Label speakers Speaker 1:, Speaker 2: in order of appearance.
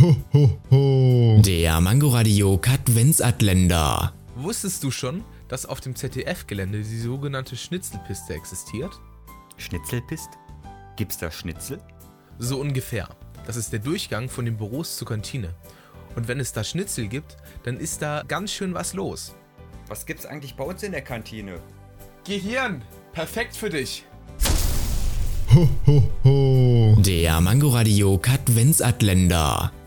Speaker 1: Ho, ho, ho.
Speaker 2: Der Mangoradio Katwensatländer.
Speaker 3: Wusstest du schon, dass auf dem ZDF-Gelände die sogenannte Schnitzelpiste existiert?
Speaker 4: Schnitzelpist? Gibt's da Schnitzel?
Speaker 3: So ungefähr. Das ist der Durchgang von den Büros zur Kantine. Und wenn es da Schnitzel gibt, dann ist da ganz schön was los.
Speaker 4: Was gibt's eigentlich bei uns in der Kantine?
Speaker 3: Gehirn, perfekt für dich.
Speaker 1: Ho, ho, ho.
Speaker 2: Der Mangoradio Katwensatländer.